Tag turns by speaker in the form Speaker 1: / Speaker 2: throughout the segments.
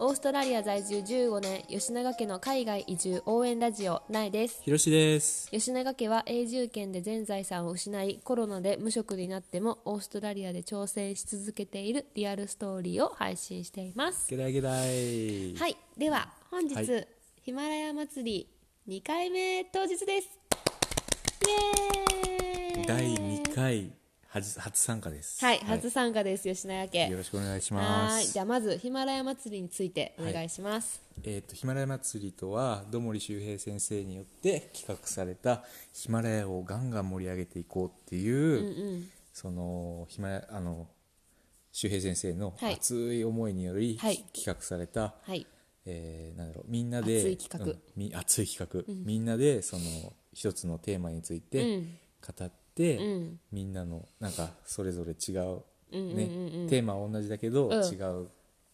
Speaker 1: オーストラリア在住15年吉永家の海外移住応援ラジオ苗です
Speaker 2: ひろしです。
Speaker 1: 吉永家は永住権で全財産を失いコロナで無職になってもオーストラリアで挑戦し続けているリアルストーリーを配信しています
Speaker 2: ゲダイゲダイ。
Speaker 1: はいでは本日、
Speaker 2: はい
Speaker 1: ヒマラヤ祭り2回目当日ですイエーイ
Speaker 2: 第2回初初参加です。
Speaker 1: はい、初参加です、吉永家
Speaker 2: よろしくお願いしま
Speaker 1: はーいじ
Speaker 2: す
Speaker 1: ゃ。あまずヒマラヤ祭りについてお願いします、
Speaker 2: えっ、とヒマラヤ祭りとは土森修平先生によって企画されたヒマラヤをガンガン盛り上げていこうっていう、そのヒマラヤあの修平先生の
Speaker 1: はい
Speaker 2: 熱い思いにより、
Speaker 1: はい
Speaker 2: 企画された、
Speaker 1: はい
Speaker 2: えーなんだろうみんなで
Speaker 1: 熱い企画
Speaker 2: うんみ熱い企画、みんなでその一つのテーマについて語って、
Speaker 1: ん
Speaker 2: みんなのなんかそれぞれ違う,、ねテーマは同じだけど、
Speaker 1: ん
Speaker 2: 違う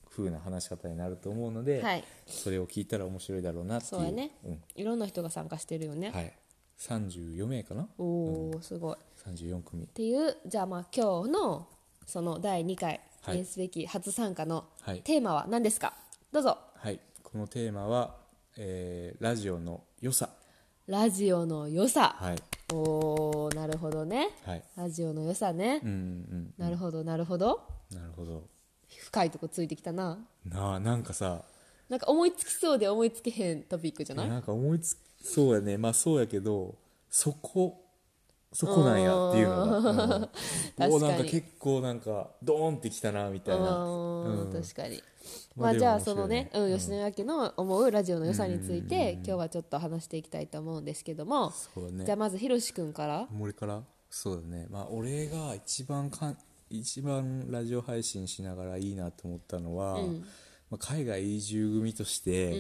Speaker 2: 風な話し方になると思うので、
Speaker 1: はい
Speaker 2: それを聞いたら面白いだろうなってい
Speaker 1: そう
Speaker 2: う
Speaker 1: やね、
Speaker 2: ん
Speaker 1: いろんな人が参加してるよね、
Speaker 2: はい、34名かな
Speaker 1: おおすごいっ
Speaker 2: 34組
Speaker 1: ていうじゃあまあ今日のその第2回記
Speaker 2: はい
Speaker 1: 念すべき初参加の
Speaker 2: はい
Speaker 1: テーマは何ですか、どうぞ
Speaker 2: はいこのテーマは、えーラジオの良さ
Speaker 1: ラジオの良さ、
Speaker 2: はい
Speaker 1: おおなるほどね、
Speaker 2: はい
Speaker 1: ラジオの良さね、
Speaker 2: うんうん
Speaker 1: なるほどなるほど
Speaker 2: なるほど
Speaker 1: 深いとこついてきたな
Speaker 2: なあなんかさ
Speaker 1: なんか思いつきそうで思いつけへんトピックじゃない
Speaker 2: なんか思いつそうやねまあそうやけどそこそこなんやっていう のが、うん
Speaker 1: かに
Speaker 2: おなんか結構なんかドーンってきたなみたいな
Speaker 1: うん確かに、
Speaker 2: ま
Speaker 1: ま
Speaker 2: あ
Speaker 1: あ、
Speaker 2: でも
Speaker 1: じゃあ
Speaker 2: 面白
Speaker 1: そ
Speaker 2: い
Speaker 1: のね、
Speaker 2: ね
Speaker 1: うん、吉野家の思うラジオの良さについて、今日はちょっと話していきたいと思うんですけども、
Speaker 2: そうだね
Speaker 1: じゃあまずひろし君から
Speaker 2: 俺からそうだねまあ俺が一番かん一番ラジオ配信しながらいいなと思ったのは、まあ、海外移住組として、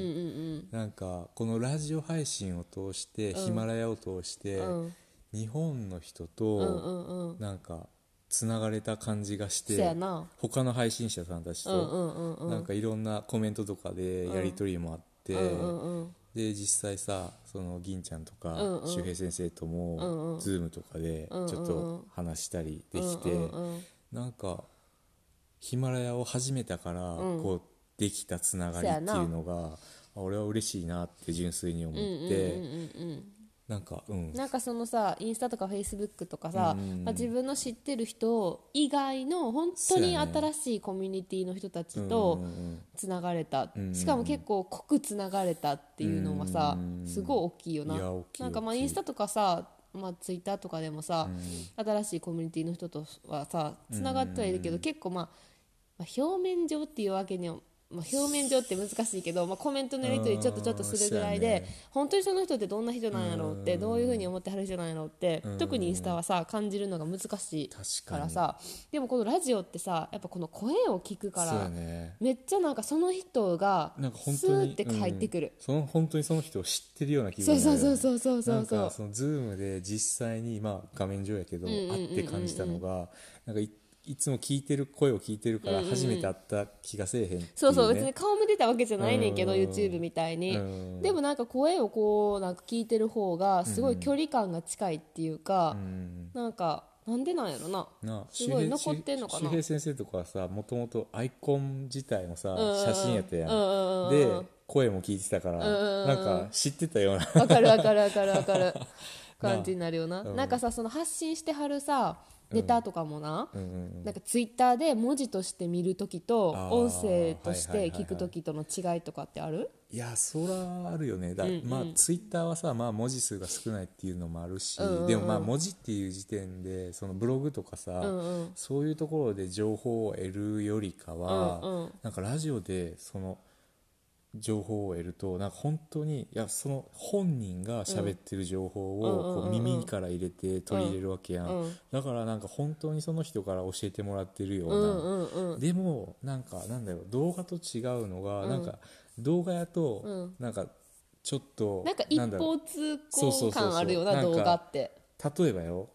Speaker 2: なんかこのラジオ配信を通して、ヒマラヤを通して、
Speaker 1: うん
Speaker 2: 日本の人
Speaker 1: う
Speaker 2: と
Speaker 1: んうん
Speaker 2: なんかつながれた感じがして、
Speaker 1: そうやな
Speaker 2: 他の配信者さんたち
Speaker 1: うんうん
Speaker 2: と
Speaker 1: うんうん
Speaker 2: なんかいろんなコメントとかでやり取りもあって、
Speaker 1: うんうん
Speaker 2: で実際さその銀ちゃんとか
Speaker 1: うんうん
Speaker 2: 周平先生と
Speaker 1: んう
Speaker 2: も
Speaker 1: ん
Speaker 2: Zoom とかでち
Speaker 1: んうん
Speaker 2: ょっと話したりできて
Speaker 1: うんうんうん
Speaker 2: なんかヒマラヤを始めたから
Speaker 1: うん
Speaker 2: こうできたつながりっていうのがあ俺は嬉しいなって純粋に思っ
Speaker 1: うんう
Speaker 2: て
Speaker 1: んうん
Speaker 2: なんかうん
Speaker 1: なんかそのさインスタとかフェイスブックとかさ、
Speaker 2: うんうんうん
Speaker 1: まあ、自分の知ってる人以外の本当に新しいコミュニティの人たちと
Speaker 2: うんうんうん
Speaker 1: つながれた、
Speaker 2: うんうん
Speaker 1: しかも結構濃くつながれたっていうのはさ、
Speaker 2: うん
Speaker 1: すごい大きいよない
Speaker 2: や大きい
Speaker 1: なんかまあ
Speaker 2: 大きい
Speaker 1: インスタとかさ、まあ、ツイッターとかでもさ、新しいコミュニティの人とはさつながってはいるけど、結構、まあ、まあ表面上っていうわけには、まあ、表面上って難しいけど、まあ、コメントのやり取りちょっとちょっとするぐらい
Speaker 2: そうや
Speaker 1: で、
Speaker 2: ね
Speaker 1: 本当にその人ってどんな人なんやろうってどういうふうに思ってはる人なんやろうって特にインスタはさ感じるのが難しいからさでもこのラジオってさやっぱこの声を聞くか
Speaker 2: そうや
Speaker 1: ら
Speaker 2: ね
Speaker 1: めっちゃなんかその人が
Speaker 2: なんか本
Speaker 1: ス
Speaker 2: 当
Speaker 1: ー
Speaker 2: に
Speaker 1: って帰ってくる
Speaker 2: うん、その本当にその人を知ってるような気分
Speaker 1: そうそ
Speaker 2: にな
Speaker 1: う
Speaker 2: るよ
Speaker 1: そ
Speaker 2: ね
Speaker 1: うそうそうそ
Speaker 2: な
Speaker 1: うんそ
Speaker 2: か
Speaker 1: う
Speaker 2: そのズームで実際にまあ画面上やけど
Speaker 1: んうんうんうんうん
Speaker 2: 会って感じたのがなんかいいつも聞いてる声を聞いてるから初めて会った気がせえへんっていうね
Speaker 1: そうそう別に顔も出たわけじゃないねんけど
Speaker 2: うん
Speaker 1: YouTube みたいに
Speaker 2: うん
Speaker 1: でもなんか声をこうなんか聞いてる方がすごい距離感が近いっていうか
Speaker 2: うん
Speaker 1: なんかなんでなんやろな
Speaker 2: な
Speaker 1: すごい
Speaker 2: 周平
Speaker 1: 残ってんのかな
Speaker 2: 周平先生とかはさもともとアイコン自体もさ
Speaker 1: んうん
Speaker 2: 写真やったや
Speaker 1: うんうんうんう
Speaker 2: ん
Speaker 1: ん
Speaker 2: で声も聞いてたから
Speaker 1: んうん
Speaker 2: なんか知ってたような
Speaker 1: わかるわかるわかるわかる感じになるよ な、なんかさその発信してはるさネタとかもな、
Speaker 2: うんうん
Speaker 1: なんかツイッターで文字として見るときと
Speaker 2: あー
Speaker 1: 音声とし
Speaker 2: はいはい
Speaker 1: て
Speaker 2: はい
Speaker 1: 聞
Speaker 2: はい
Speaker 1: くときとの違いとかってある
Speaker 2: いやそらあるよねだ、まあツイッターはさ、まあ、文字数が少ないっていうのもあるし、でもまあ文字っていう時点でそのブログとかさ、そういうところで情報を得るよりかは、
Speaker 1: うんうん
Speaker 2: なんかラジオでその情報を得るとなんか本当にいやその本人が喋ってる情報をこう耳から入れて取り入れるわけやん、だからなんか本当にその人から教えてもらってるような、
Speaker 1: うん うん
Speaker 2: でもなんかなんだろう動画と違うのが、なんか動画やとなんかちょっと
Speaker 1: なんか一
Speaker 2: だろ
Speaker 1: 方
Speaker 2: う
Speaker 1: 通
Speaker 2: そ
Speaker 1: 行
Speaker 2: うそうそうそ
Speaker 1: 感
Speaker 2: う
Speaker 1: あるような
Speaker 2: なん
Speaker 1: 動
Speaker 2: か
Speaker 1: 画って
Speaker 2: 例えばよ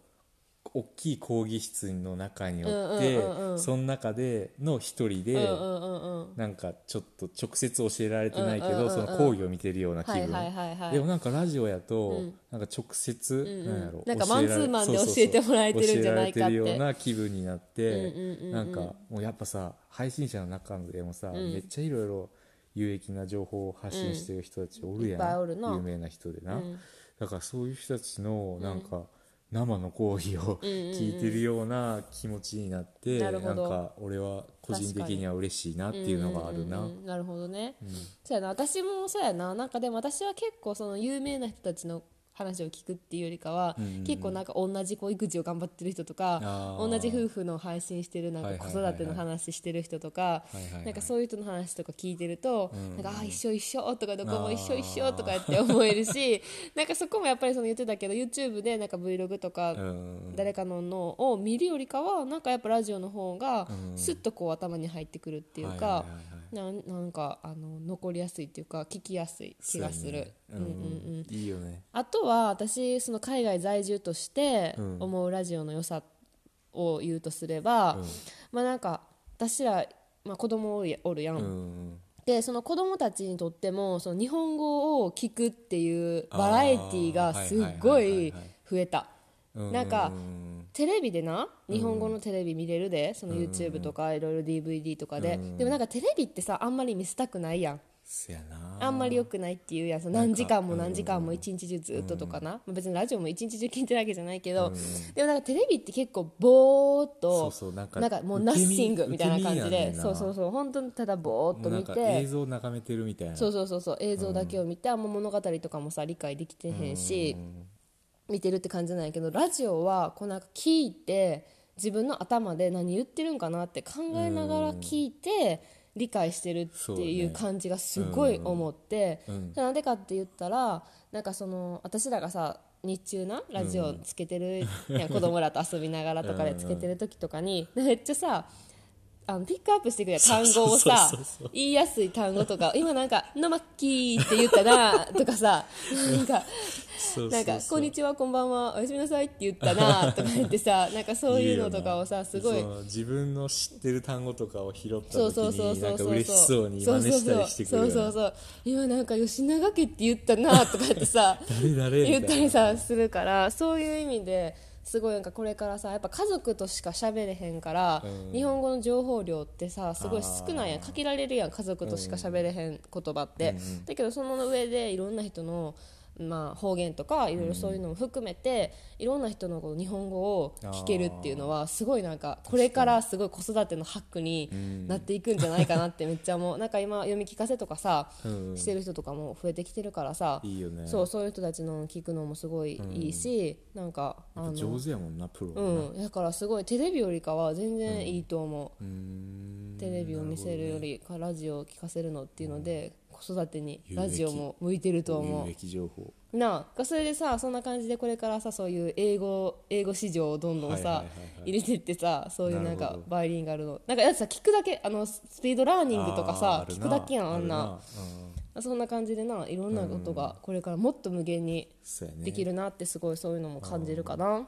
Speaker 2: 大きい講義室の中におって、
Speaker 1: うんうんうんうん
Speaker 2: その中での一人で、
Speaker 1: うんうんうん
Speaker 2: なんかちょっと直接教えられてないけ
Speaker 1: うん
Speaker 2: ど、
Speaker 1: うんうんうん
Speaker 2: その講義を見てるような気分、
Speaker 1: はいはいはいはい
Speaker 2: でもなんかラジオやと、なんか直接、なんやろ
Speaker 1: なんか
Speaker 2: 教えられ
Speaker 1: マンツーマンで
Speaker 2: そうそう
Speaker 1: 教えてもらえてるんじゃないかって
Speaker 2: 教えられるような気分になって、なんかもうやっぱさ配信者の中でもさ、めっちゃいろいろ有益な情報を発信してる人たちおるや
Speaker 1: いっぱい
Speaker 2: ん、
Speaker 1: おるな
Speaker 2: 有名な人でな、
Speaker 1: うん
Speaker 2: だからそういう人たちのなんか、生の講義を聞いてるような気持ちになって、
Speaker 1: なるほ
Speaker 2: なん
Speaker 1: ど
Speaker 2: か俺は個人的には嬉しいなっていうのがあるな、
Speaker 1: うんうんうんなるほどね、そうやな私もそうやななんかでも私は結構その有名な人たちの話を聞くっていうよりかは、
Speaker 2: んうん
Speaker 1: 結構なんか同じこう育児を頑張ってる人とか
Speaker 2: あー
Speaker 1: 同じ夫婦の配信してるなんか
Speaker 2: はいは
Speaker 1: 子
Speaker 2: いはいはい
Speaker 1: 育ての話してる人とか、
Speaker 2: はいはいはい
Speaker 1: なんかそういう人の話とか聞いてると、なんかあー一緒一緒とかどこも一緒一
Speaker 2: あ
Speaker 1: 緒
Speaker 2: ー
Speaker 1: とかって思えるしなんかそこもやっぱりその言ってたけど YouTube でなんか Vlog とか、
Speaker 2: うん
Speaker 1: 誰かののを見るよりかはなんかやっぱラジオの方が
Speaker 2: うん
Speaker 1: スッとこう頭に入ってくるっていう
Speaker 2: は
Speaker 1: か
Speaker 2: いはいはいはい
Speaker 1: なんなんかあの残りやすいっていうか聞きやすい気がする。
Speaker 2: そうやねうんいいよね
Speaker 1: あとは私その海外在住として
Speaker 2: うん
Speaker 1: 思うラジオの良さを言うとすれば、
Speaker 2: うん
Speaker 1: まあなんか私ら、まあ、子供おるやおるやん、
Speaker 2: うん
Speaker 1: でその子供たちにとってもその日本語を聞くっていうバラエティーがすっご
Speaker 2: あーはいはいはいはい
Speaker 1: い
Speaker 2: はい
Speaker 1: 増えた。
Speaker 2: う
Speaker 1: なんか
Speaker 2: うん
Speaker 1: テレビでな日本語のテレビ見れるで、その YouTube とかいろいろ DVD とかで、でもなんかテレビってさあんまり見せたくないやん
Speaker 2: せやな
Speaker 1: あんまり良くないっていうやんその何時間も何時間も一日中ずっととかな、まあ別にラジオも一日中聞いてるわけじゃないけど、でもなんかテレビって結構ぼーっ
Speaker 2: そ
Speaker 1: と
Speaker 2: うそうなんか
Speaker 1: もうナッシングみたいな感じ
Speaker 2: 受け身や
Speaker 1: で
Speaker 2: ねんな
Speaker 1: そうそうそう本当にただぼーっ
Speaker 2: も
Speaker 1: と
Speaker 2: うな
Speaker 1: 見
Speaker 2: んか
Speaker 1: て
Speaker 2: 映像を眺めてるみたいな
Speaker 1: そうそうそうそう映像だけを見て、あんま物語とかもさ理解できてへんし、見てるって感じなんやけどラジオはこうなんか聞いて自分の頭で何言ってるんかなって考えながら聞いて、理解してるっていう感じがすごい思って、それなんでかって言ったらなんかその私らがさ日中なラジオつけてる、いや子供らと遊びながらとかでつけてる時とかに、めっちゃさあのピックアップしてくれた単語をさ
Speaker 2: そうそう そう
Speaker 1: 言いやすい単語とか 今なんか「のまっきー」って言ったな とかさなんか
Speaker 2: そう
Speaker 1: なんか
Speaker 2: そう
Speaker 1: 「
Speaker 2: そ
Speaker 1: こ
Speaker 2: うん
Speaker 1: にちはこんばんはおやすみなさい」って言った なとか言ってさなんかそういうのとかをさすご
Speaker 2: 言う
Speaker 1: い
Speaker 2: よなそう自分の知ってる単語とかを拾った
Speaker 1: そうそう
Speaker 2: 時
Speaker 1: そうそ
Speaker 2: になん
Speaker 1: うそ
Speaker 2: か
Speaker 1: う
Speaker 2: 嬉しそうに真似したりしてくる
Speaker 1: そうそうそうそう今なんか吉永家って言ったなとかってさ
Speaker 2: 誰誰みたい
Speaker 1: 言
Speaker 2: な
Speaker 1: ったりさするからそういう意味ですごいなんかこれからさやっぱ家族としか喋れへんから、
Speaker 2: うん
Speaker 1: 日本語の情報量ってさすごい少ないやん
Speaker 2: あー
Speaker 1: 限られるやん家族としか喋れへん言葉って、だけどその上でいろんな人の、まあ、方言とかいろいろそういうのも含めて、いろんな人のこう日本語を聞けるっていうのはすごいなんかこれからすごい子育てのハックになっていくんじゃないかなってめっちゃ思うなんか今読み聞かせとかさ、
Speaker 2: うん
Speaker 1: してる人とかも増えてきてるからさ
Speaker 2: いいよね
Speaker 1: そうそういう人たちの聞くのもすごいいいし、なんかあ
Speaker 2: なんか
Speaker 1: の
Speaker 2: 上手やもんなプロはな
Speaker 1: うんだからすごいテレビよりかは全然いいと思う、
Speaker 2: うーん
Speaker 1: テレビを見せるよりかラジオを聞かせるのっていうので、子育てに
Speaker 2: 有益
Speaker 1: ラジオも向いてると思
Speaker 2: 有益情報
Speaker 1: うなあそれでさそんな感じでこれからさそういう英語英語市場をどんどんさ、
Speaker 2: はいはいはいはい
Speaker 1: 入れてってさそういうなん
Speaker 2: なる
Speaker 1: か
Speaker 2: ほど
Speaker 1: バイリンガルのなんかやつさ聞くだけあのスピードラーニングとかさ
Speaker 2: あー
Speaker 1: 聞くだけやんあんな
Speaker 2: るうん
Speaker 1: そんな感じでないろんなことがこれからもっと無限に
Speaker 2: そうやね
Speaker 1: できるなってすごいそういうのも感じるかな、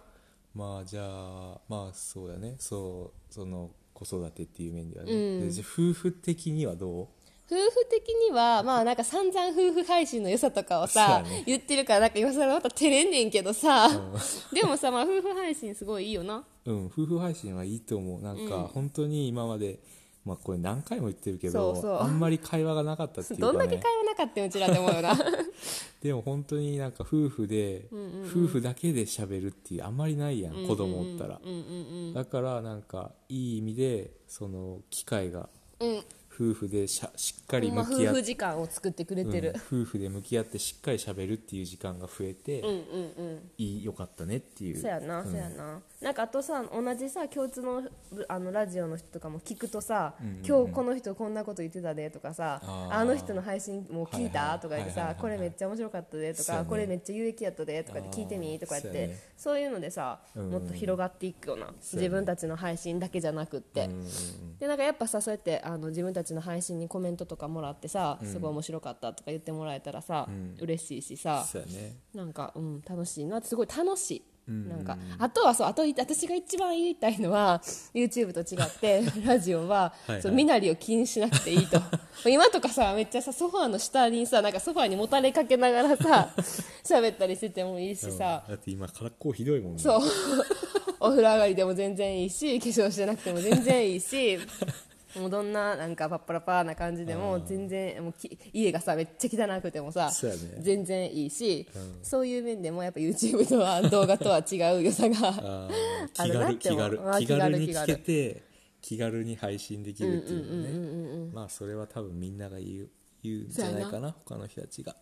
Speaker 2: まあじゃあまあそうだねそうその子育てっていう面ではね、
Speaker 1: うん
Speaker 2: でじゃあ夫婦的にはど
Speaker 1: 夫婦的にはまあなんか散々夫婦配信の良さとかをさ、
Speaker 2: そうやね
Speaker 1: 言ってるからなんか今更また照れんねんけどさ、でもさ、まあ、夫婦配信すごいいいよな
Speaker 2: う、うん、夫婦配信はいいと思うなんか本当に今まで、まあこれ何回も言ってるけど
Speaker 1: そうそう
Speaker 2: あんまり会話がなかったっていうか、
Speaker 1: ど
Speaker 2: ね、
Speaker 1: んだけ会話なかったようちらって思う よな
Speaker 2: でも本当になんか夫婦で、夫婦だけで喋るっていうあんまりないやん、子供おったら、だからなんかいい意味でその機会が
Speaker 1: うん
Speaker 2: 夫婦でしゃしっかり
Speaker 1: まあ
Speaker 2: 向
Speaker 1: 夫
Speaker 2: き合って
Speaker 1: 婦時間を作ってくれてる、
Speaker 2: うん夫婦で向き合ってしっかり喋るっていう時間が増えて、
Speaker 1: うん、うんうん
Speaker 2: いいよかったねっていう
Speaker 1: そうやな、そうやななんかあとさ同じさ共通のぶあのラジオの人とかも聞くとさ、今日この人こんなこと言ってたでとかさ
Speaker 2: あ
Speaker 1: あ
Speaker 2: ー
Speaker 1: の人の配信もう聞いた、
Speaker 2: はいはい
Speaker 1: とか言ってさ、
Speaker 2: はいはいはい
Speaker 1: これめっちゃ面白かったでとか、
Speaker 2: そうやね
Speaker 1: これめっちゃ有益やったでとかって聞いてみとかやって
Speaker 2: あーそうやね
Speaker 1: そういうのでさ
Speaker 2: うん
Speaker 1: もっと広がっていくような、
Speaker 2: うやね
Speaker 1: 自分たちの配信だけじゃなくって、でなんかやっぱさそうやってあの自分たちの配信にコメントとかもらってさ、すごい面白かったとか言ってもらえたらさ、嬉しいしさ
Speaker 2: そうやね
Speaker 1: なんか、うん、楽しいなすごい楽しい、なんかあとはそうあと私が一番言いたいのは YouTube と違って ラジオは
Speaker 2: はいはい
Speaker 1: そう身なりを気にしなくてい いと今とかさめっちゃさソファーの下にさなんかソファーにもたれかけながら さ喋ったりしててもいいしさ、
Speaker 2: だって今からっこひどいもんね
Speaker 1: そう お風呂上がりでも全然いいし化粧してなくても全然いいしもうどんななんかパッパラパーな感じでも全然もうき家がさめっちゃ汚くてもさ、
Speaker 2: そうやね
Speaker 1: 全然いいし、そういう面でもやっぱ YouTube とは動画とは違う良さ が
Speaker 2: あー
Speaker 1: あ
Speaker 2: 気
Speaker 1: るなって
Speaker 2: 軽気
Speaker 1: 思う
Speaker 2: 軽
Speaker 1: まあ
Speaker 2: 気軽に
Speaker 1: 気軽
Speaker 2: 聞けて気軽に配信できるっていうのはねまあそれは多分みんなが言う言うんじゃない
Speaker 1: そ
Speaker 2: か
Speaker 1: う
Speaker 2: な他の人たちが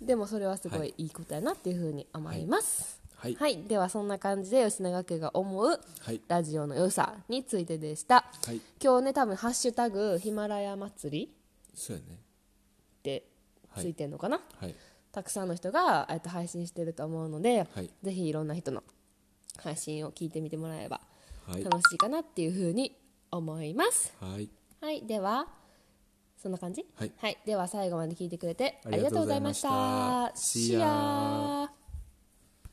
Speaker 1: でもそれはすご
Speaker 2: はい
Speaker 1: いいことやなっていうふうに思います
Speaker 2: はい
Speaker 1: はい、ではそんな感じで吉永家が思う
Speaker 2: はい
Speaker 1: ラジオの良さについてでした、
Speaker 2: はい
Speaker 1: 今日ね多分ハッシュタグヒマラヤ祭り」
Speaker 2: そうやね
Speaker 1: って
Speaker 2: はい
Speaker 1: ついてるのかな、
Speaker 2: はい
Speaker 1: たくさんの人が、えっと、配信してると思うので、
Speaker 2: はい
Speaker 1: ぜひいろんな人の配信を聞いてみてもらえば
Speaker 2: はい
Speaker 1: 楽しいかなっていうふうに思います
Speaker 2: はい
Speaker 1: はい、ではそんな感じ
Speaker 2: はい
Speaker 1: では最後まで聞いてくれてあ
Speaker 2: あ
Speaker 1: り
Speaker 2: り
Speaker 1: が
Speaker 2: が
Speaker 1: と
Speaker 2: と
Speaker 1: うご
Speaker 2: うご
Speaker 1: ざ
Speaker 2: ざ
Speaker 1: い
Speaker 2: い
Speaker 1: ま
Speaker 2: ま
Speaker 1: し
Speaker 2: したた
Speaker 1: See
Speaker 2: See ya
Speaker 1: ya